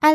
艾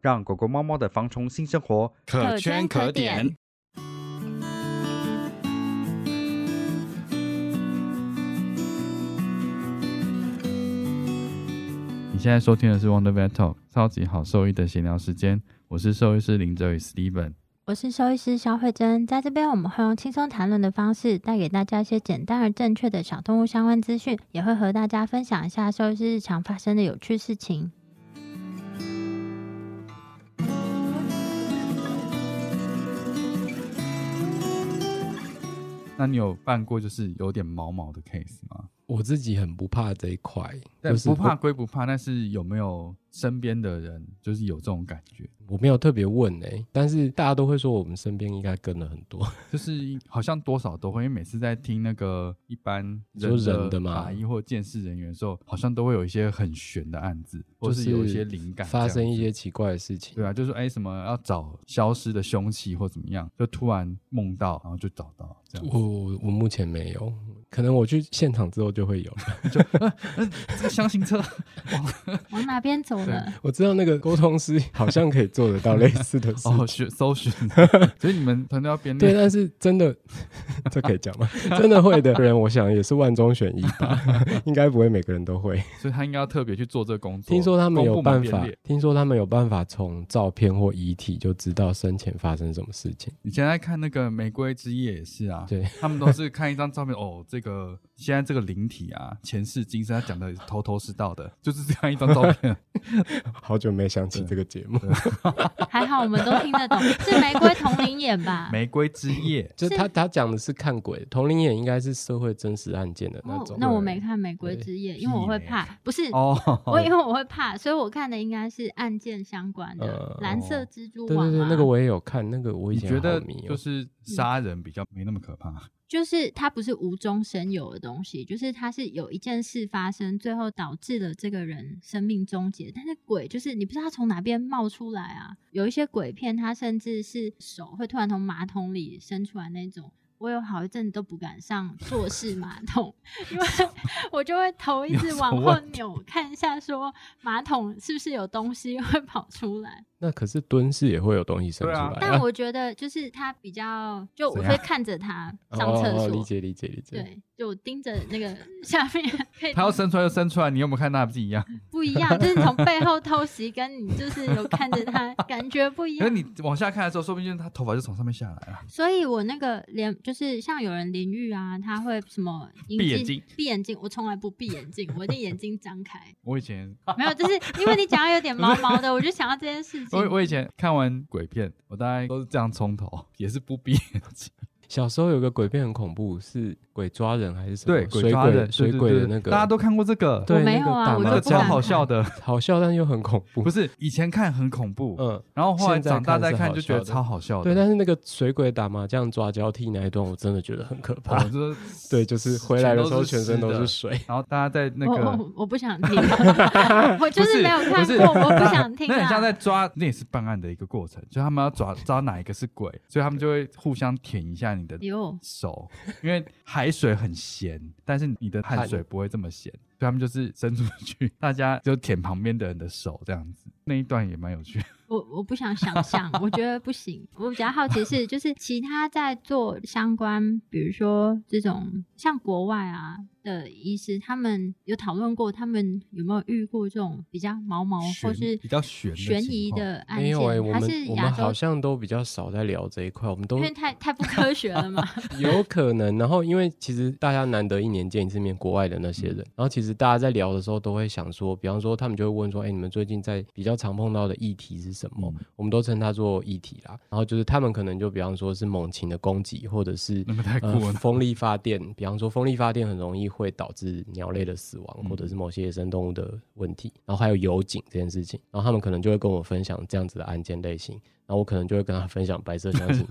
让狗狗、猫猫的防虫新生活。可圈可点。你现在收听的是 Wonder Vet Talk，超级好兽医的闲聊时间，我是兽医师林哲宇 Steven。我是兽医师肖慧珍，在这边我们会用轻松谈论的方式，带给大家一些简单而正确的小动物相关资讯，也会和大家分享一下兽医师日常发生的有趣事 情。那你有办过就是有点毛毛的 case 吗？我自己很不怕这一块，但就是不怕我，归不怕，但是有没有身边的人就是有这种感觉，我没有特别问哎、但是大家都会说我们身边应该跟了很多，就是好像多少都会，因为每次在听那个一般你说人的吗法医或鉴识人员的时候，好像都会有一些很悬的案子，或就是有一些灵感发生一这样子。些奇怪的事情。对啊，就是哎、什么要找消失的凶器或怎么样，就突然梦到，然后就找到这样我我我目前没有，可能我去现场之后就会有。这个箱型车，往哪边走呢？ 我知道那个沟通师好像可以做得到类似的事情哦，寻搜 寻，所以你们团队要编对，啊列，但是真的， 这可以讲吗？ 真的会的人，我想也是万中选一吧， 应该不会每个人都会。所以他应该要特别去做这个工作。听说他们公有部门办编法列，听说他们有办法从照片或遗体就知道生前发生什么事情。以前在看那个《玫瑰之夜》也是啊，对，他们都是看一张照片，哦，这个现在这个灵体啊，前世今生，他讲的头头是道的，就是这样一张照片。 好久没想起这个节目，还好我们都听得懂，是玫瑰同龄眼吧？玫瑰之 夜，就是他他讲的是看鬼，同龄眼应该是社会真实案件的那哦种。，那我没看《玫瑰对之夜》，因为我会屁嘞怕，不是。哦，我因为我会怕，所以我看的应该是案件相关的呃《蓝色蜘蛛对网》对嘛。对，那个我也有看，那个我以你前觉好得迷哦就是杀人比较没那么可怕，就是它不是无中生有的东西，就是它是有一件事发生，最后导致了这个人生命终结。但是鬼就是你不知道它从哪边冒出来啊，有一些鬼片它甚至是手会突然从马桶里伸出来那种。我有好一阵子都不敢上坐式马桶，因为 我就会头一直往后扭，看一下说马桶是不是有东西会跑出来。那可是蹲式也会有东西生出来、对啊但我觉得就是它比较，就我怎会样看着它哦 上厕哦所，理解理解理解。对，就盯着那 个下面可以他要生出来就生出来，你有没有看他不是一样？不一样，就是从背后偷袭，跟你就是有看着他，感觉不一可样。是你往下看的时候，说不定就是他头发就从上面下来了。所以我那个连就是像有人淋浴啊，他会什么引闭眼进睛，闭眼睛，我从来不闭眼睛，我一定眼睛张 开。我以前没有，就是因为你讲到有点毛毛的，我就想到这件事情。我我以前看完鬼片，我大概都是这样冲头，也是不闭眼睛。小时候有个鬼片很恐怖，是鬼抓人还是什 么？对，鬼水抓鬼人，水对鬼对的对那个，大家都看过这个，对我没那有个啊打我那麻个都不超将敢好看笑的。 好笑但又很恐怖。不是哦以前看很恐怖，嗯，然后后来现在长大看再是看好就觉得笑的超好笑的。对，但是那个水鬼打麻将抓交替那一段，我真的觉得很可怕。我哦就是 对，就是回来的时候全全都是身都湿的是水。然后大家在那我个我我不想听， 我就是没有看不是过，我 不想听那很像啊在。抓，那也是办案的一个过程，就他们要抓抓哪一个是鬼，所以他们就会互相舔一下你的哟，手，因为海水很咸，但是你的 汗水不会这么咸，所以他们就是伸出去，大家就舔旁边的人的手这样子。那一段也蛮有 趣。我我不想想象，我觉得不行。我比较好奇是，就是其他在做相关，比如说这种像国外啊的医师，他们有讨论过，他们有没有遇过这种比较毛毛悬或是比较悬的悬疑情况的案没件？有哎、我还们是我亚们好洲？像都比较少在聊这一块，我们都因为太太不科学了嘛。 有可能。然后因为其实大家难得一年见一次面，国外的那些人，嗯然后其实大家在聊的时候都会想说，比方说他们就会问说，哎、你们最近在比较常碰到的议题是什么？嗯我们都称它做议题啦。然后就是他们可能就比方说是猛禽的攻击，或者是那个太酷了呃、风力发电，比方说风力发电很容易会导致鸟类的死亡，嗯或者是某些野生动物的问题。然后还有油井这件事情，然后他们可能就会跟我分享这样子的案件类型。然后我可能就会跟他分享白色 相信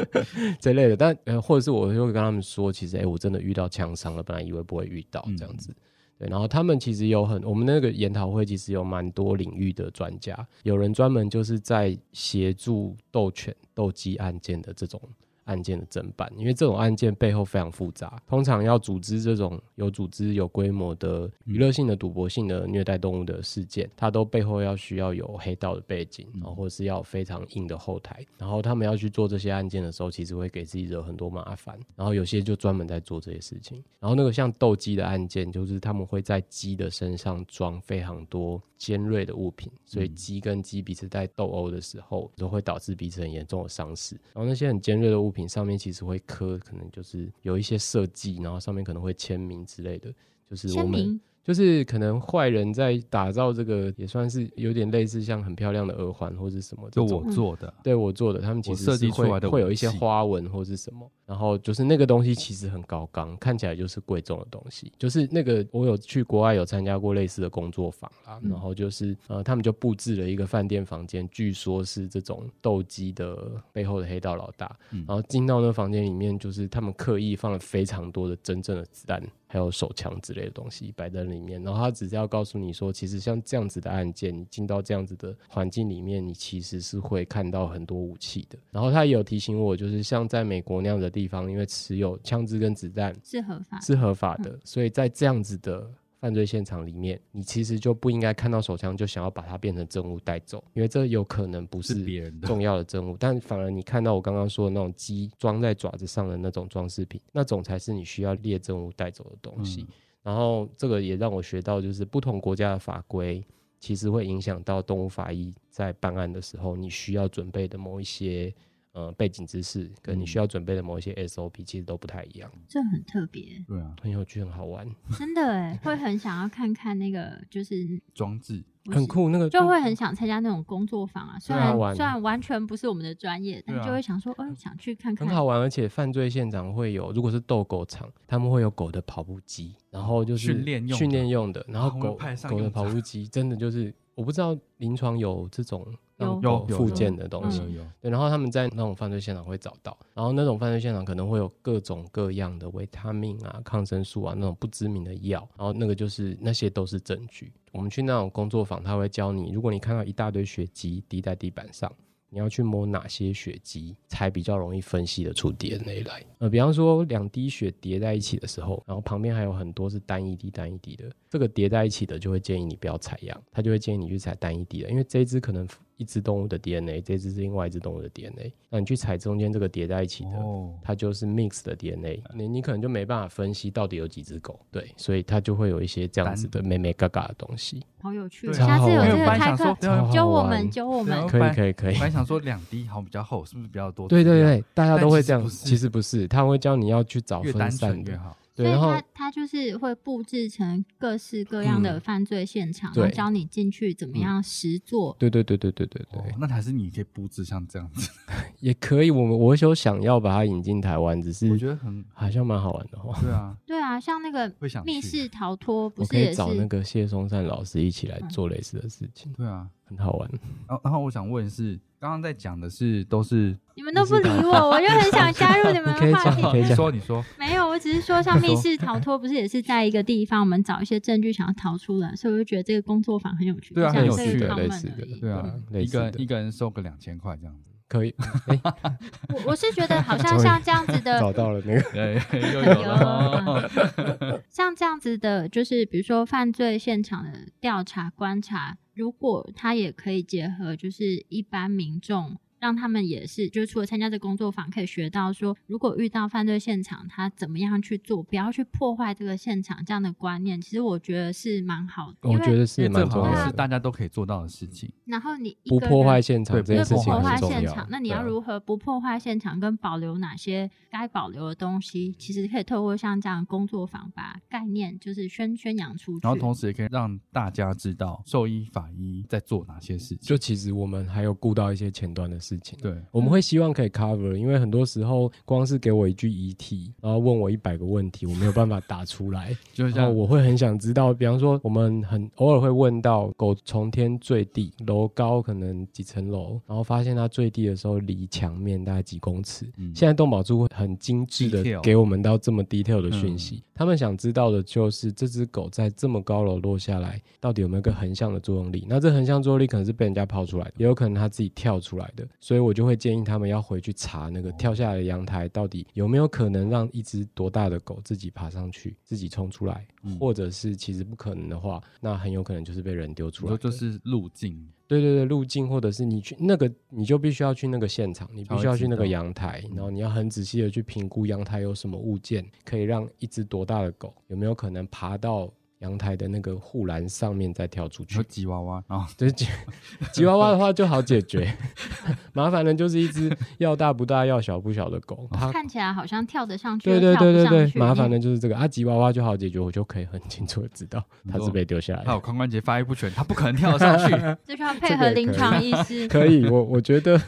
这类的，但呃，或者是我就会跟他们说，其实哎、诶我真的遇到枪伤了，本来以为不会遇到这样子。对，然后他们其实有很，我们那个研讨会其实有蛮多领域的专家，有人专门就是在协助斗犬、斗鸡案件的这种案件的侦办，因为这种案件背后非常复杂，通常要组织这种有组织、有规模的娱乐性的、赌博性的虐待动物的事件，它都背后要需要有黑道的背景，然后或者是要有非常硬的后台，然后他们要去做这些案件的时候，其实会给自己惹很多麻烦，然后有些就专门在做这些事情，然后那个像斗鸡的案件，就是他们会在鸡的身上装非常多尖锐的物品，所嗯以鸡跟鸡彼此在斗殴的时候，都会导致彼此很严重的伤势。然后那些很尖锐的物品上面其实会刻，可能就是有一些设计，然后上面可能会签名之类的，就是我签们名就是可能坏人在打造这个，也算是有点类似像很漂亮的耳环或是什么这就种，嗯我做的，对我做的，他们其我实设是计出会来的会武有一些器花纹或是什么，然后就是那个东西其实很高纲，看起来就是贵重的东西。就是那个我有去国外有参加过类似的工作坊啦，嗯啊然后就是呃，他们就布置了一个饭店房间，据说是这种斗鸡的背后的黑道老大，嗯然后进到那房间里面，就是他们刻意放了非常多的真正的子弹，还有手枪之类的东西摆在里面。然后他只是要告诉你说，其实像这样子的案件，你进到这样子的环境里面，你其实是会看到很多武器的。然后他也有提醒我，就是像在美国那样的地方，因为持有枪支跟子弹是合法的，是合法的，所以在这样子的犯罪现场里面，你其实就不应该看到手枪就想要把它变成证物带走，因为这有可能不是是别人的重要的证物，但反而你看到我刚刚说的那种鸡装在爪子上的那种装饰品，那种才是你需要列证物带走的东西。嗯然后这个也让我学到，就是不同国家的法规其实会影响到动物法医在办案的时候，你需要准备的某一些呃背景知识，跟你嗯需要准备的某一些 SOP 其实都不太一样，这很特别，对啊，很有趣，很好玩，真的哎，会很想要看看那个，就是装置不很是酷。那个就会很想参加那种工作坊啊。虽对啊然玩虽然完全不是我们的专业，但对啊就会想说，哦，想去看看。很好玩，而且犯罪现场会有，如果是斗狗场，他们会有狗的跑步机，然后就是训练用的训练用的，然后啊我们狗派上狗的用场跑步机真的就是，我不知道临床有这种有嗯让狗有附有件的有东西，有有，对，然后他们在那种犯罪现场会找到，然后那种犯罪现场可能会有各种各样的维他命啊、抗生素啊那种不知名的药，然后那个就是那些都是证据。我们去那种工作坊，他会教你，如果你看到一大堆血迹滴在地板上，你要去摸哪些血迹才比较容易分析得出 DNA 来。呃，比方说两滴血叠在一起的时候，然后旁边还有很多是单一滴、单一滴的，这个叠在一起的就会建议你不要采样，他就会建议你去采单一滴的，因为这一只可能一只动物的 DNA，这一只是另外一只动物的 DNA，那你去采中间这个叠在一起的。哦，它就是 mix 的 DNA，你你可能就没办法分析到底有几只狗，对，所以它就会有一些这样子的妹妹嘎嘎的东西。好有趣哦！对啊下次有超好玩这因为个我本来开想说对啊课，教我超好玩们，教我对们啊。可本以来可以可以本，来想说两滴好像比较厚，是不是比较多？对对，对，大家但都会其实这样不。其是实不是，他们会教你要去找越分单散纯越的，好。对，所然以后他他就是会布置成各式各样的嗯犯罪现场，对嗯然后教你进去怎么样实做。对对对对对对对哦，，那还是你可以布置像这样子，也可以。我们我有想要把它引进台湾，只我是觉得很好像蛮好玩的哦。对啊，对啊，像那个会想密去室逃脱，不我是可以也是嗯找那个谢松善老师一起来做类似的事情，对啊。很好玩。然后然后我想问的是，刚刚在讲的是都是你们都不理我，我就很想加入 你们你可以的话讲可题。以你讲说你说，没有，我只是说像密室逃脱，不是也是在一个地方，我们找一些证据想要逃出来，所以我就觉得这个工作坊很有趣。对啊就像很有这个趣啊访类问似的而已对啊嗯，类一似个的人一个人收个两千块这样 子，可以，我我是觉得 好像终于像这样子的找到了那个对，哎又有有了，像这样子的，就是比如说犯罪现场的调查、观察，如果它也可以结合，就是一般民众。让他们也是，就除了参加这工作坊，可以学到说，如果遇到犯罪现场，他怎么样去做，不要去破坏这个现场这样的观念。其实我觉得是蛮好的，我因为觉得因是为这蛮重好像要是的。大家都可以做到的事情。然后你一不个破人坏现场对这件不事对，不情破很坏重现要场。，那你对要啊如何不破坏现场，跟保留哪些该保留的东西？其实可以透过像这样的工作坊，把概念就是宣宣扬出去。然后同时也可以让大家知道兽医、法医在做哪些事情。就其实我们还有顾到一些前端的嗯事情。对，我们会希望可以 cover，因为很多时候光是给我一句遗体，然后问我一百个问题，我没有办法答出来。就然后像我会很想知道，比方说我们很偶尔会问到狗从天坠地，楼高可能几层楼，然后发现它坠地的时候离墙面大概几公尺。嗯现在动保处会很精致的 Detail 给我们到这么 detail 的讯息，他们想知道的就是这只狗在这么高楼落下来，到底有没有一个横向的作用力？那这横向作用力可能是被人家抛出来的，也有可能它自己跳出来的，所以我就会建议他们要回去查那个跳下来的阳台到底有没有可能让一只多大的狗自己爬上去，自己冲出来，嗯或者是其实不可能的话，那很有可能就是被人丢出主来要的。就是路径，对对对，路径或者是你去那个，你就必须要去那个现场，你必须要去那个阳台，然后你要很仔细的去评估阳台有什么物件可以让一只多大的狗有没有可能爬到阳台的那个护栏上面再跳出然后去。吉娃娃，然后就是吉吉娃娃的话就好解决， 麻烦的就是一只要大不大要小不小的哦狗，它看起来好像跳得上去，对对又跳对不对上对，去麻烦的就是这个啊，吉娃娃就好解决，我就可以很清楚的知道它是被丢下来还有的。髋关节发育不全，它不可能跳得上 去。这需要这配个合也可临以床医师。 可以，我我觉得，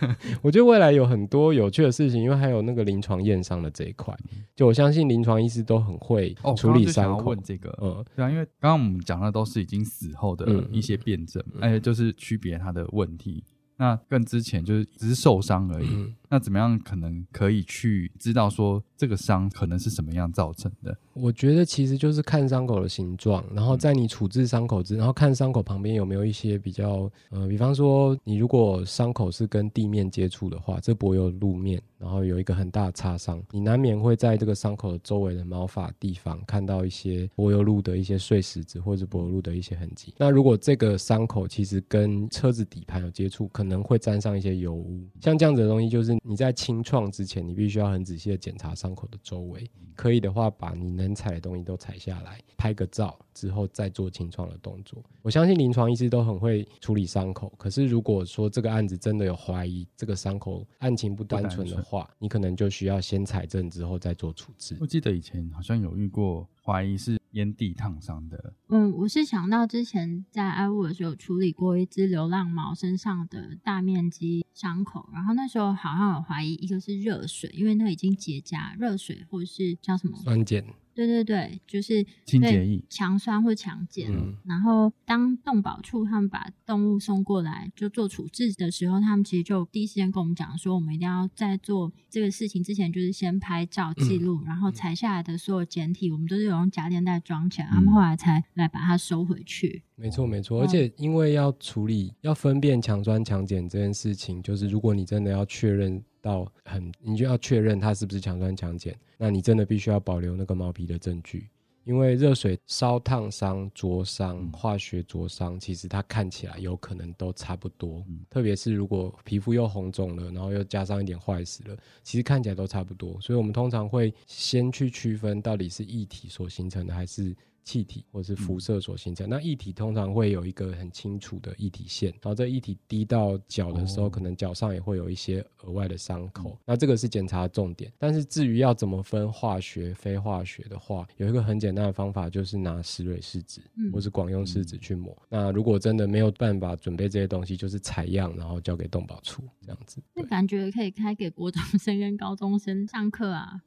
我觉得未来有很多有趣的事情，因为还有那个临床验伤的这一块，就我相信临床医师都很会哦，我处刚刚理就想要伤口问。这个，嗯，对啊，因为刚刚我们讲的都是已经死后的嗯一些辩证，嗯哎、就是区别它的问题。那更之前就是只是受伤而已，嗯那怎么样可能可以去知道说这个伤可能是什么样造成的？我觉得其实就是看伤口的形状，然后在你处置伤口之，然后看伤口旁边有没有一些比较，呃，比方说你如果伤口是跟地面接触的话，这柏油路面，然后有一个很大的擦伤，你难免会在这个伤口的周围的毛发地方看到一些柏油路的一些碎石子或者是柏油路的一些痕迹。那如果这个伤口其实跟车子底盘有接触，可能会沾上一些油污，像这样子的东西，就是你在清创之前，你必须要很仔细的检查伤口的周围。可以的话，把你能采的东西都采下来，拍个照之后再做清创的动作。我相信临床医师都很会处理伤口，可是如果说这个案子真的有怀疑这个伤口案情不单纯的话，你可能就需要先采证之后再做处置我。记得以前好像有遇过怀疑是烟蒂烫伤的，嗯，我是想到之前在爱物的时候有处理过一只流浪猫身上的大面积伤口，然后那时候好像有怀疑一个是热水，因为那已经结痂，热水或是叫什么酸碱，对对对，就是清对洁液强酸或强碱。嗯然后当动保处他们把动物送过来就做处置的时候，他们其实就第一时间跟我们讲说，我们一定要在做这个事情之前，就是先拍照嗯记录，然后裁下来的所有简体，我们都是有用夹链袋装起来，他嗯们后来才来把它收回去。没错没嗯错，而且因为要处理要分辨强酸强碱这件事情，就是如果你真的要确认到很，你就要确认它是不是强酸强碱，那你真的必须要保留那个毛皮的证据。因为热水烧烫伤、灼伤、化学灼伤，其实它看起来有可能都差不多。嗯特别是如果皮肤又红肿了，然后又加上一点坏死了，其实看起来都差不多。所以我们通常会先去区分到底是液体所形成的，还是气体或是嗯辐射所形成。那液体通常会有一个很清楚的液体线，然后这液体滴到脚的时候，哦可能脚上也会有一些额外的伤嗯口。那这个是检查的重点。但是至于要怎么分化学、非化学的话，有一个很简单的方法，就是拿石蕊试纸嗯或是广用试纸去抹。那如果真的没有办法准备这些东西，就是采样，然后交给动保处这样子。那对感觉可以开给国中生跟高中生上课 啊，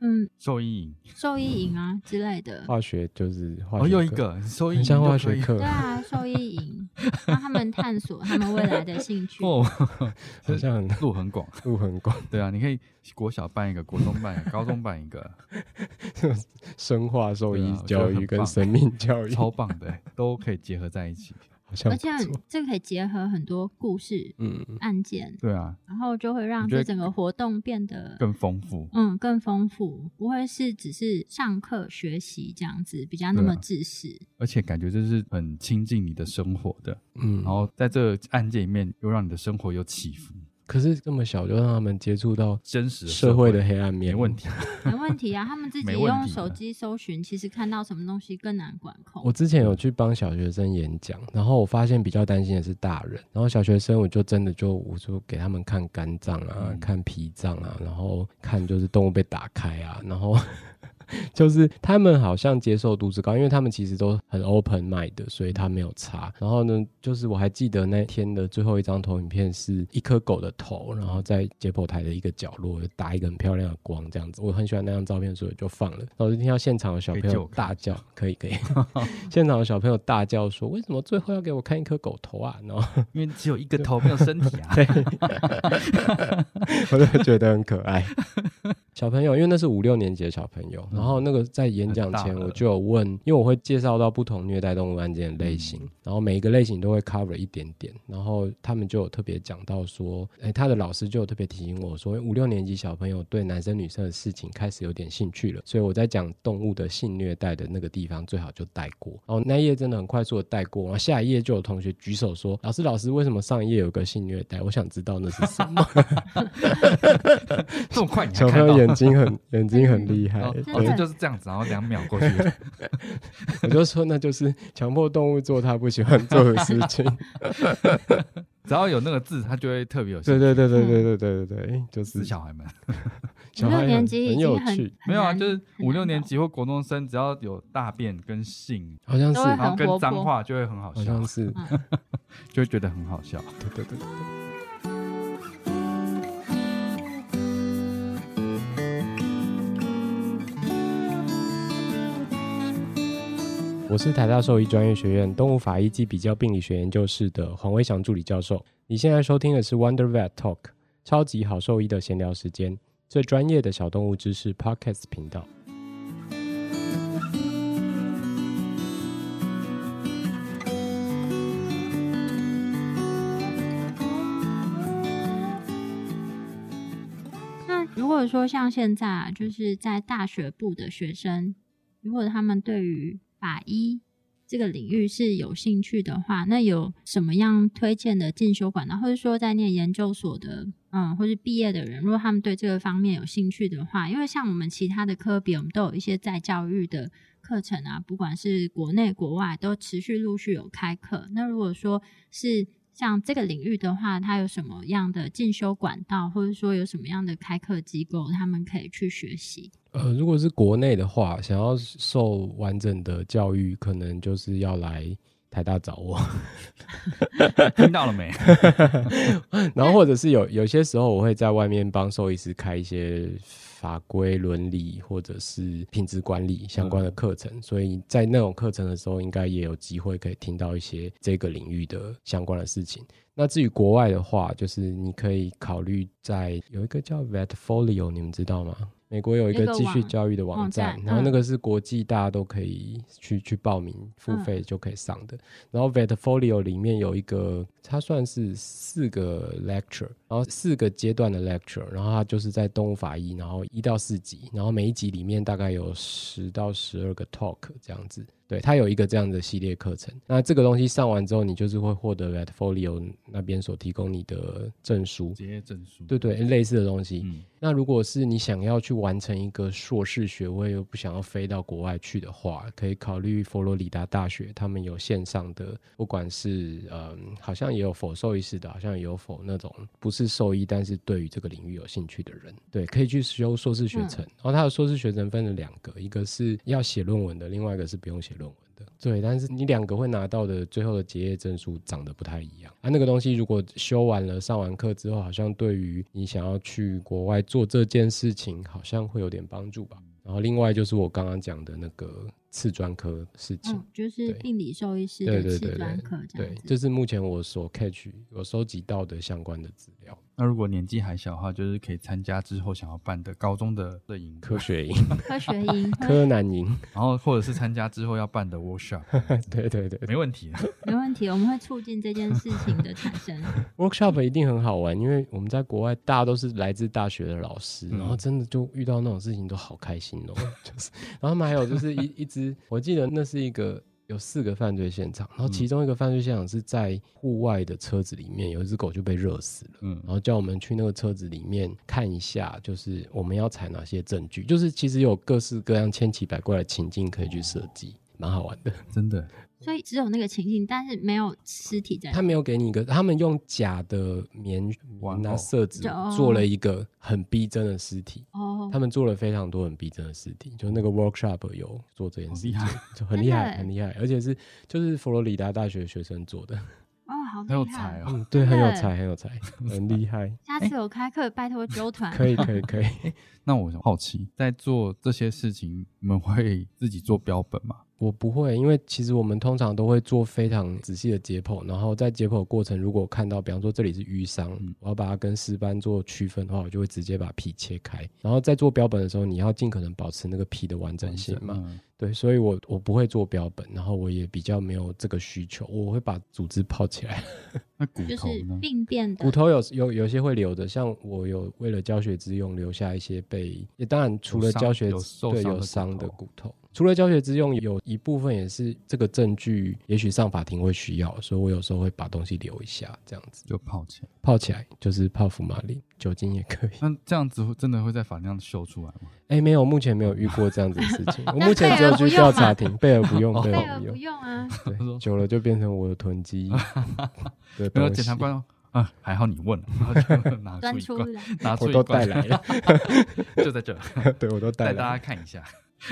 嗯，兽医营，兽医营啊之类的。哦化学就是化学、哦，又一，个兽医营很像就化可学以课对，啊，兽医营让他们探索他们未来的兴趣。 哦， 好像很路很广。路很广， 对啊，你可以国小办一个，国中办一个，高中办一 个，生化兽对医啊我觉得教育很跟棒生命教育，超棒的，都可以结合在一起。好好像而不且错。这个可以结合很多故事、嗯，案件，对啊，然后就会让觉这得整个活动变得更丰富。嗯更丰富，不会是只是上课学习这样子，比较那对么啊自私。而且感觉这是很亲近你的生活的，嗯，然后在这个案件里面又让你的生活有起伏，可是这么小就让他们接触到真实社会会的黑暗面，没问。 题。没问题啊，他 们自己没问用题手的机搜寻，其实看到什么东西更难管控我。之前有去帮小学生演讲，然后我发现比较担心的是大人，然后小学生我就真的就我就给他们看肝脏啊、嗯看脾脏啊，然后看就是动物被打开啊，然后 就是他们好像接受度是高，因为他们其实都很 open mind 的，所以他没有差。然后呢，就是我还记得那天的最后一张投影片是一颗狗的头，然后在解剖台的一个角落打一个很漂亮的光，这样子，我很喜欢那张照片，所以我就放了。然后我就听到现场的小可以朋借友我看大叫，可以可以。现场的小朋友大叫说：“为什么最后要给我看一颗狗头啊？”然后因为只有一个头没有身体啊， 我就觉得很可爱。小朋友，因为那是五六年级的小朋友，然后那个在演讲嗯前很大了我就有问，因为我会介绍到不同虐待动物案件的类型，嗯然后每一个类型都会 cover 一点点，然后他们就有特别讲到说，哎，他的老师就有特别提醒我说，五六年级小朋友对男生女生的事情开始有点兴趣了，所以我在讲动物的性虐待的那个地方最好就带过。然后那一页真的很快速的带过，然后下一页就有同学举手说，老师老师，为什么上一页有个性虐待？我想知道那是什么。这么快你还小朋看友到？眼睛 很眼睛很厉害，哦，真哦的这就是这样子，然后两秒 过去，我就说那就是强迫动物做它不喜欢做的事情。只要有那个字，他就会特别有兴 对趣。对对对对对对对对，就是是小孩们五小六孩年很级已很经有很趣，很没有啊，难就是很五难六年搞级或国中生，只要有大便跟性，好像是都会然后很跟活脏泼。话，就会很好好笑像，是，就会觉得很好 笑。对对对。对我是台大兽医专业学院动物法医暨比较病理学研究室的黄威翔助理教授。你现在收听的是 Wonder Vet Talk，超级好兽医的闲聊时间，最专业的小动物知识 Podcast 频道。那如果说像现在啊，就是在大学部的学生，如果他们对于法医这个领域是有兴趣的话，那有什么样推荐的进修管道，或者说在念研究所的，嗯，或是毕业的人，如果他们对这个方面有兴趣的话，因为像我们其他的科别，我们都有一些在教育的课程啊，不管是国内国外，都持续陆续有开课。那如果说是像这个领域的话，它有什么样的进修管道，或者说有什么样的开课机构，他们可以去学习？呃，如果是国内的话，想要受完整的教育，可能就是要来台大找我，听到了没？ 然后或者是有有些时候我会在外面帮兽医师开一些法规、伦理或者是品质管理相关的课程，所以在那种课程的时候，应该也有机会可以听到一些这个领域的相关的事情。那至于国外的话，就是你可以考虑在有一个叫 Vetfolio，你们知道吗？美国有一那个个继续网教育的网网站，站然后那嗯个是国际大家都可以去去报名付嗯费就可以上的。然后 Vetfolio 里面有一个，它算是四个 lecture，然后四个阶段的 lecture，然后它就是在动物法医，然后一到四集，然后每一集里面大概有十到十二个 talk 这样子。对，它有一个这样的系列课程。那这个东西上完之后，你就是会获得 Vetfolio 那边所提供你的证书，结业证书，对对，类似的东西。嗯，那如果是你想要去完成一个硕士学位，又不想要飞到国外去的话，可以考虑佛罗里达大学，他们有线上的，不管是嗯，好像也有否兽医师的，好像也有否那种不是兽医，但是对于这个领域有兴趣的人，嗯对，可以去修硕士学程。然后他的硕士学程分了两个，一个是要写论文的，另外一个是不用写论文。的。对，但是你两个会拿到的最后的结业证书长得不太一样啊。那个东西如果修完了、上完课之后，好像对于你想要去国外做这件事情，好像会有点帮助吧。然后另外就是我刚刚讲的那个次专科事情。嗯，就是对病理兽医师对的对次对专对课这对样，子。这是目前我所 catch 我收集到的相关的资料。那如果年纪还小的话，就是可以参加之后想要办的高中的摄影课科，学营、科学 营柯南营，然后或者是参加之后要办的 workshop，对对对， 没问题的。没问题，我们会促进这件事情的产生。 workshop 一定很好玩，因为我们在国外大家都是来自大学的老师，嗯然后真的就遇到那种事情都好开心哦， 就是，然后他们还有就是一一只，我记得那是一个。有四个犯罪现场，然后其中一个犯罪现场是在户外的车子里面，有一只狗就被热死了。然嗯，后叫我们去那个车子里面看一下，就是我们要采哪些证据，就是其实有各式各样千奇百怪的情境可以去设计，蛮好玩的。真的，所以只有那个情境，但是没有尸体在。他没有给你一个，他们用假的棉玩拿偶色纸就做了一个很逼真的尸体。哦他，们做了非常多很逼真的尸体，就那个 workshop 有做这件好事厉情， 害就很真厉的害，欸很厉害，而且是就是佛罗里达大学学生做的，哦，好厉很有害才哦！哦。嗯，对，很有真的才，很有才， 很厉 害，下次有开课，拜 托揪团。哎可以，可以，可以。那我好奇，在做这些事情，你们会自己做标本吗？我不会，因为其实我们通常都会做非常仔细的解剖，然后在解剖过程，如果看到，比方说这里是淤伤，嗯我要把它跟尸斑做区分的话，我就会直接把皮切开。然后在做标本的时候，你要尽可能保持那个皮的完整性嘛。嗯对，所以我我不会做标本，然后我也比较没有这个需求，我会把组织泡起来。那骨就头是呢？病变的骨头有有有些会留着，像我有为了教学之用留下一些被，也当然除了教学有伤有受对伤的有伤的骨骨头，除了教学之用，有一部分也是这个证据，也许上法庭会需要，所以我有时候会把东西留一下，这样子就泡起来。泡起来，就是泡福马林，酒精也可以。那这样子真的会在法庭上秀出来吗？哎，没有，目前没有遇过这样子的事 情，我目前贝只有尔不去用调查嘛庭，贝尔不用，贝贝尔尔不不用，用 啊，对，久了就变成我的囤 积的没有，东检察西官说啊，还好你问了，然后 就拿端出出一罐，来。拿出我一都罐带来了， 就在这，对我都带带来大家看一下，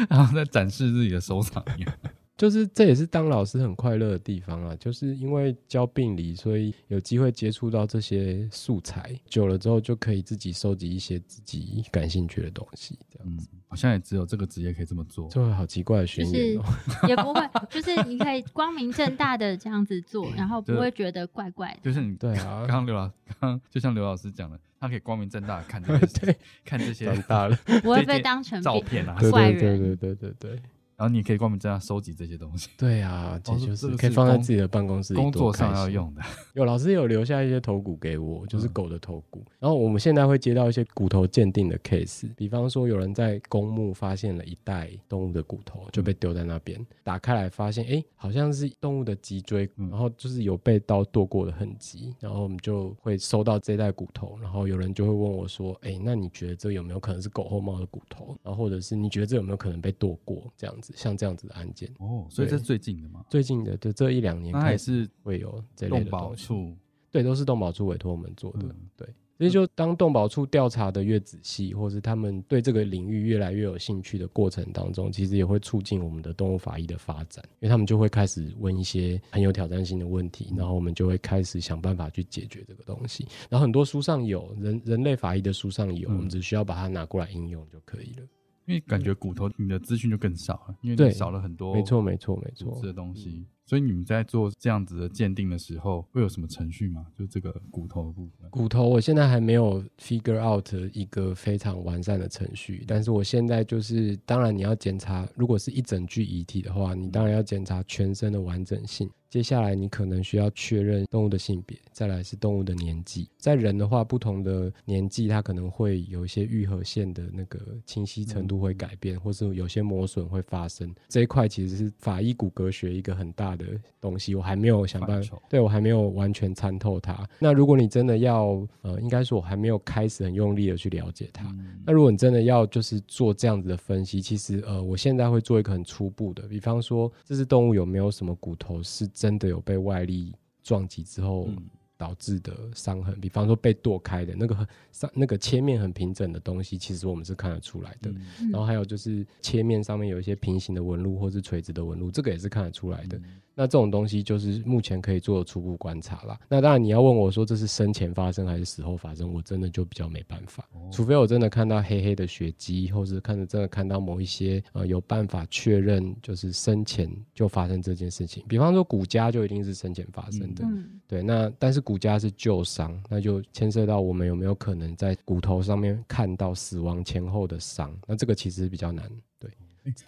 然后再展示自己的收藏一样。就是这也是当老师很快乐的地方啊，就是因为教病理，所以有机会接触到这些素材，久了之后就可以自己收集一些自己感兴趣的东西，这样嗯，好像也只有这个职业可以这么做。就会好奇怪的就巡是演哦。也不会，就是你可以光明正大的这样子做，然后不对会觉得怪怪的。就是你对刚 啊，刚刘老，刚刚就像刘老师讲的，他可以光明正大的看这些 对，看这些长 大了，不会这被件当成照病片啊，对怪对人对对对对对然后你也可以光明正大收集这些 东西，对啊，这哦就这是个可以是放在工自己的办公室里，工多作上开要心用的。有老师有留下一些头骨给嗯我，就是狗的头骨。然后我们现在会接到一些骨头鉴定的 case，比方说有人在公墓发现了一袋动物的骨头，就被丢在那边，打开来发现，哎，好像是动物的脊椎，嗯然后就是有被刀剁过的痕迹。然后我们就会收到这袋骨头，然后有人就会问我说，哎，那你觉得这有没有可能是狗或猫的骨头？然后或者是你觉得这有没有可能被剁过？这样子，像这样子的案件。哦，所以这对是最近的嘛，最近的，对这一两年那它开也始是会有这类动的保东西。处，对，都是动保处委托我们做的。嗯对，所以就当动保处调查的越仔细，或是他们对这个领域越来越有兴趣的过程当中，其实也会促进我们的动物法医的发展，因为他们就会开始问一些很有挑战性的问嗯题，然后我们就会开始想办法去解决这个东西。然后很多书上有人人类法医的书上有，我嗯们只需要把它拿过来应用就可以了。因为感觉骨头你的资讯就更少了，因为对你少了很多没错，没错，没组错织。的东西。所以你们在做这样子的鉴定的时候，会有什么程序吗？就这个骨头的部分，骨头，我现在还没有 figure out 一个非常完善的程序，但是我现在就是，当然你要检查，如果是一整具遗体的话，你当然要检查全身的完整性。接下来你可能需要确认动物的性别，再来是动物的年纪。在人的话，不同的年纪，它可能会有一些愈合线的那个清晰程度会改嗯变，或是有些磨损会发生。这一块其实是法医骨骼学一个很大的东西，我还没有想办范法畴。对我还没有完全参透它。那如果你真的要，呃，应该说我还没有开始很用力的去了解它。嗯那如果你真的要就是做这样子的分析，其实呃，我现在会做一个很初步的，比方说这只动物有没有什么骨头是真的有被外力撞击之后嗯导致的伤痕，比方说被剁开的那个很上那个切面很平整的东西，其实我们是看得出来的。嗯嗯然后还有就是切面上面有一些平行的纹路或是垂直的纹路，这个也是看得出来嗯的。那这种东西就是目前可以做的初步观察啦。那当然你要问我说这是生前发生还是死后发生，我真的就比较没办法，哦除非我真的看到黑黑的血迹，或是看着真的看到某一些呃有办法确认就是生前就发生这件事情，比方说骨痂就一定是生前发生的，嗯，对，那但是骨痂是旧伤，那就牵涉到我们有没有可能在骨头上面看到死亡前后的伤，那这个其实比较难。对，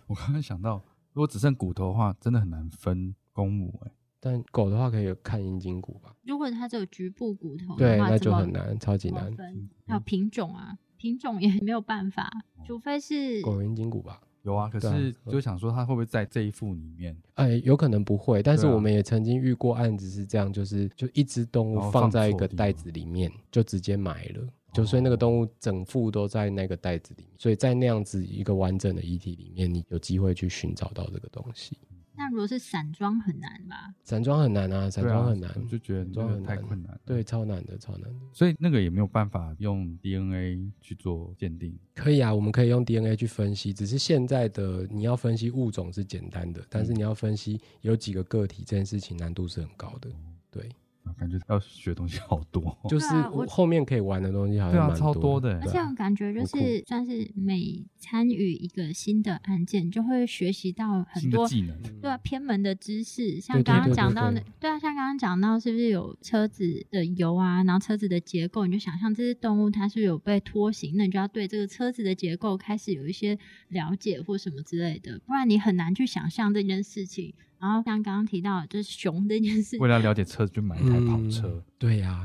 我刚刚想到，如果只剩骨头的话，真的很难分公母哎、但狗的话可以有看阴茎骨吧？如果它只有局部骨头对，的话，那怎就么很难，超级怎么难。嗯分？还有品种啊，品种也没有办法，哦除非是狗有阴茎骨吧？有啊，可对啊是就想说他会不会在这一副里面，哎，有可能不会，但是对啊我们也曾经遇过案子是这样，就是就一只动然后物放放在一错个地袋方哦子里面，就直接埋了，就所以那个动物整副都在那个袋子里面，所以在那样子一个完整的遗体里面，你有机会去寻找到这个东西。那如果是散装很难吧？散装很难啊，散对啊装很难，我就觉得散那装个很太难困难了。对，超难的，超难的。所以那个也没有办法用 DNA 去做鉴定。可以啊，我们可以用 DNA 去分析，只是现在的你要分析物种是简单的，但是嗯你要分析有几个个体这件事情难度是很高的。对，啊感觉要学的东西好多，就是对啊我后面可以玩的东西好哦对像啊蛮超多多的而对且啊我感觉就很酷是算是每参与一个新的案件，就会学习到很新多的技能。对啊，偏门的知识，像对刚刚对讲对到对那，对啊，像刚刚讲到是不是有车子的油啊，然后车子的结构，你就想象这只动物它是不是有被拖行，那你就要对这个车子的结构开始有一些了解或什么之类的，不然你很难去想象这件事情。然后像刚刚提到的就是熊这件事，为了了解车子，就买一台跑车嗯。对呀、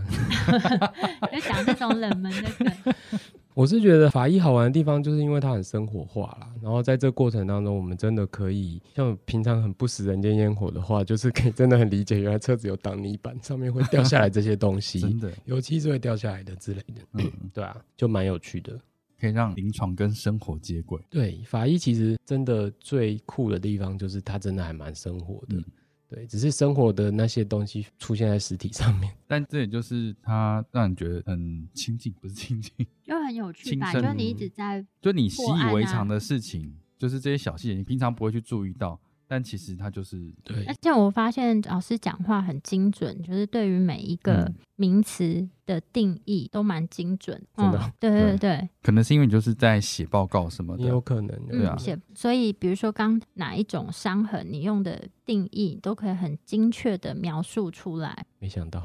就讲这种冷门的梗， 我是觉得法医好玩的地方，就是因为它很生活化啦。然后在这过程当中，我们真的可以像平常很不食人间烟火的话， 就是可以真的很理解，原来车子有挡泥板，上面会掉下来这些东 西，真的，油漆是会掉下来的之类的。嗯，对啊，就蛮有趣的。可以让临床跟生活接轨。对，法医其实真的最酷的地方就是它真的还蛮生活的，嗯对，只是生活的那些东西出现在实体上面。但这也就是它让你觉得很亲近，不是亲近，就很有趣亲吧？就身你一直在就你习破案以啊为常的事情，就是这些小细节，你平常不会去注意到，但其实它就是对而，且我发现老师讲话很精准，就是对于每一个嗯名词的定义都蛮精准。真的嗯哦，对对对，可能是因为你就是在写报告什么也有的，可能，嗯哦对啊写所以比如说刚哪一种伤痕，你用的定义都可以很精确的描述出来没想到。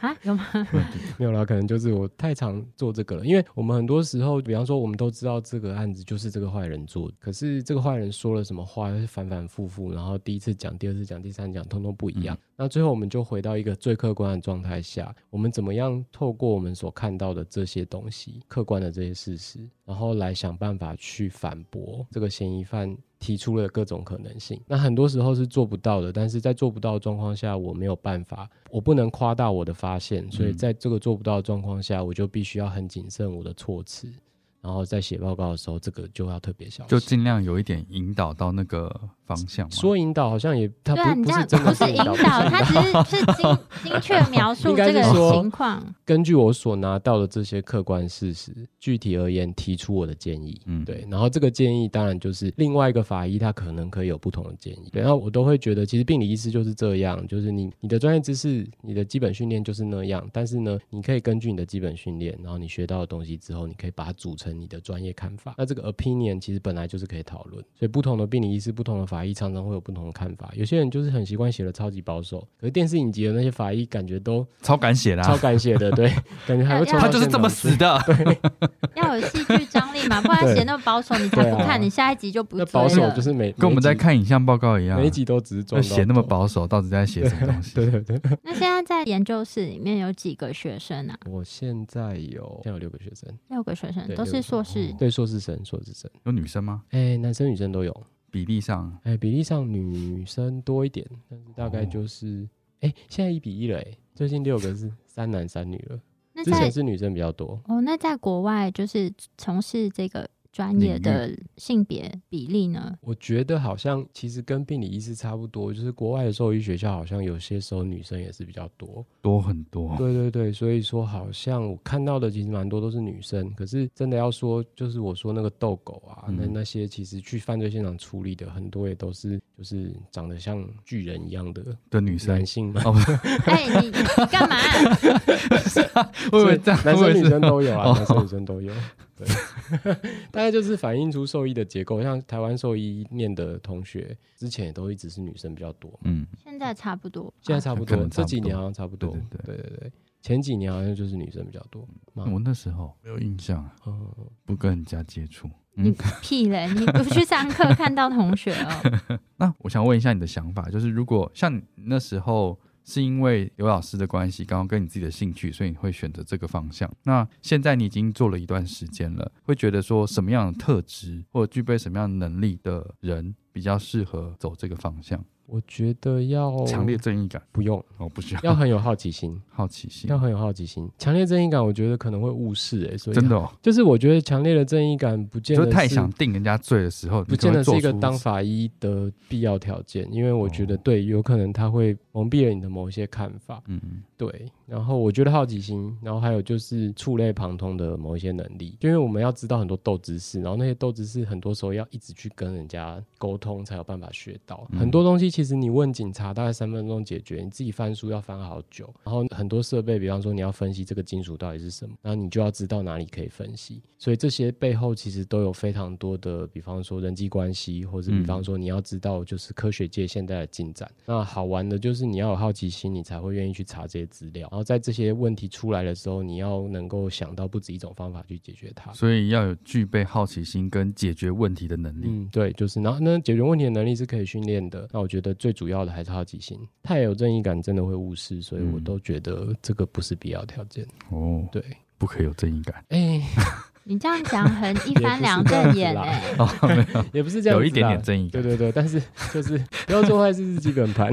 啊？有 吗？没有啦，可能就是我太常做这个了。因为我们很多时候，比方说，我们都知道这个案子就是这个坏人做的，可是这个坏人说了什么话，就是反反复复，然后第一次讲，第二次讲，第三次讲，通通不一样。那最后我们就回到一个最客观的状态下，我们怎么样透过我们所看到的这些东西，客观的这些事实，然后来想办法去反驳这个嫌疑犯。提出了各种可能性，那很多时候是做不到的，但是在做不到的状况下，我没有办法，我不能夸大我的发现，所以嗯在这个做不到的状况下，我就必须要很谨慎我的措辞，然后在写报告的时候，这个就要特别小心。就尽量有一点引导到那个方向嘛。说引导好像也，他 对啊，不你这不样是真的不是引导，它只是是 精精确描述应该这是个说情况。根据我所拿到的这些客观事实，具体而言提出我的建议。嗯嗯，对。然后这个建议当然就是另外一个法医，他可能可以有不同的建议。对，然后我都会觉得，其实病理医师就是这样，就是你你的专业知识、你的基本训练就是那样，但是呢，你可以根据你的基本训练，然后你学到的东西之后，你可以把它组成你的专业看法。那这个 opinion 其实本来就是可以讨论，所以不同的病理医师、不同的法医常常会有不同的看法。有些人就是很习惯写的超级保守，可是电视影集的那些法医感觉都。超敢写啦超，感谢的，对， 感觉还会抽到他就是现这么场死的。要有戏剧张力嘛，不然对写那么保守，你才不对啊看，你下一集就不那追保守啊了。就是每跟我们在看影像报告一样，每一集都只是就撞到写那么头，保守，到底在写什么东西？ 对对对。那现在在研究室里面有几个学生啊？我现在有现在有六个学生，哦六个学生对都六是个硕士，对，硕士生，硕士生，有女生吗？哎，男生女生都有，比例上哎，比例上女生多一点，但是大概就是，哎，现在一比一了，哎，最近六个是三男三女了，那之在前是女生比较多，哦，那在国外就是从事这个专业的性别比例呢？我觉得好像其实跟病理医师差不多，就是国外的兽医学校好像有些时候女生也是比较多，多很多。对对对，所以说好像我看到的其实蛮多都是女生，可是真的要说，就是我说那个逗狗啊，那嗯那些其实去犯罪现场处理的很多也都是就是长得像巨人一样的的女生男，性 嘛，哦，哎、你 你干嘛、我以所为以这样，男我以为生女是生都有啊，哦男生女生都有。对， 大概就是反映出兽医的结构，像台湾兽医念的同学之前也都一直是女生比较多嘛，嗯，现在差不多吧，现在差不可多，能差这不几多年好像差不多。对嗯对对对前几年好像就是女生比较多嘛。我那时候没有印象，嗯，不跟人家接触。你啊屁嘞！你不去上课看到同学哦？那我想问一下你的想法，就是如果像你那时候是因为刘老师的关系，刚刚跟你自己的兴趣，所以你会选择这个方向。那现在你已经做了一段时间了，会觉得说什么样的特质或者具备什么样的能力的人比较适合走这个方向？我觉得要强烈正义感，不用，我哦不需 要要很有好奇心， 好奇心要，很有好奇心。强烈正义感，我觉得可能会误事哎、所以真的、哦，就是我觉得强烈的正义感不见就得是太是想定人家罪的时候，不见得是一个当法。法医的必要条件，因为我觉得哦对，有可能他会蒙蔽了你的某一些看法， 嗯，对。然后我觉得好奇心，然后还有就是触类旁通的某一些能力，就因为我们要知道很多斗知识，然后那些斗知识很多时候要一直去跟人家沟通才有办法学到。嗯很多东西其实你问警察大概三分钟解决，你自己翻书要翻好久。然后很多设备，比方说你要分析这个金属到底是什么，然后你就要知道哪里可以分析。所以这些背后其实都有非常多的，比方说人际关系，或者比方说你要知道就是科学界现在的进展。那好玩的就是你要有好奇心，你才会愿意去查这些资料。然后在这些问题出来的时候，你要能够想到不止一种方法去解决它。所以要有具备好奇心跟解决问题的能力。嗯，对，就是，然后那解决问题的能力是可以训练的。那我觉得最主要的还是好奇心，太有正义感真的会误事，所以我嗯都觉得这个不是必要条件。哦，对，不可以有正义 感。哎、你这样讲很一也不翻是两这样瞪子眼啦哎、 也不是这样子啦，哦有一点点正义对感。对对，但是就是不要做坏事是基本 盘。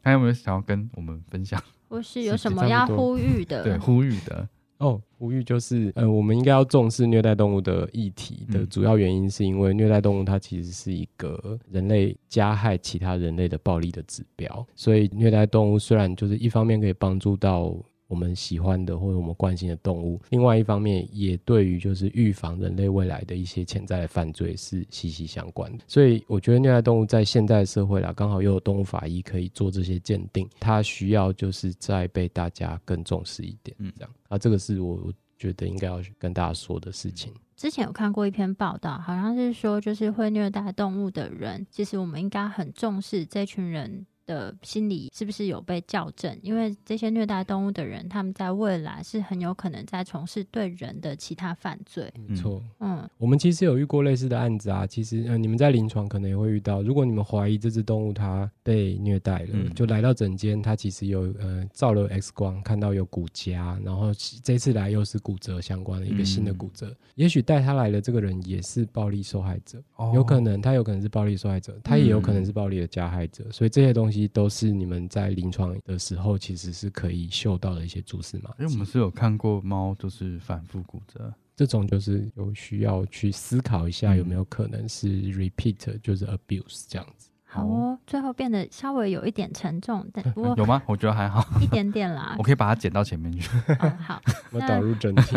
还有没有想要跟我们分享？或是有是什差么不要多呼吁的？对，呼吁的，哦，呼吁就是，呃，我们应该要重视虐待动物的议题的嗯主要原因，是因为虐待动物它其实是一个人类加害其他人类的暴力的指标，所以虐待动物虽然就是一方面可以帮助到。我们喜欢的或者我们关心的动物，另外一方面也对于就是预防人类未来的一些潜在的犯罪是息息相关的。所以我觉得虐待动物在现代社会啦，刚好又有动物法医可以做这些鉴定，它需要就是再被大家更重视一点，嗯这样啊，这个是我我觉得应该要跟大家说的事情。之前有看过一篇报道，好像是说，就是会虐待动物的人，其实我们应该很重视这群人的心理是不是有被校正，因为这些虐待动物的人，他们在未来是很有可能在从事对人的其他犯罪。没错。嗯，我们其实有遇过类似的案子啊，其实呃，你们在临床可能也会遇到。如果你们怀疑这只动物它被虐待了，嗯就来到诊间，它其实有呃照了 X 光，看到有骨痂，然后这次来又是骨折相关的一个新的嗯骨折。也许带它来的这个人也是暴力受害者，哦哦有可能他有可能是暴力受害者，他也有嗯可能是暴力的加害者。所以这些东西都是你们在临床的时候其实是可以嗅到的一些蛛丝马因为我迹们。是有看过猫，就是反复骨折，这种就是有需要去思考一下嗯有没有可能是 repeat，就是 abuse 这样子。好哦，最后变得稍微有一点沉重， 但不过有吗？我觉得 还好，一点点啦我。可以把它剪到前面去。嗯，好。那我们导入正题，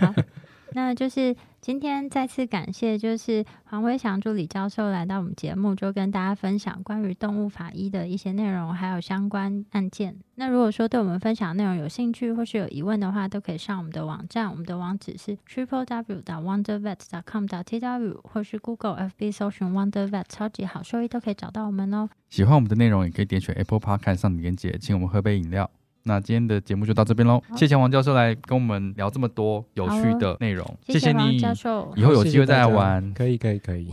好， 那就是今天再次感谢，就是黄威祥助理教授来到我们节目，就跟大家分享关于动物法医的一些内容，还有相关案件。那如果说对我们分享的内容有兴趣或是有疑问的话，都可以上我们的网站，我们的网址是 triple w wonder vet com t w 或是 Google F B 搜寻 wonder vet 超级好兽医都可以找到我们哦。喜欢我们的内容，也可以点选 Apple Podcast 上的连接，请我们喝杯饮料。那今天的节目就到这边喽，谢谢王教授来跟我们聊这么多有趣的内容，啊谢谢王你，教授， 以后有谢谢机会再来大家 玩。可以可以可以，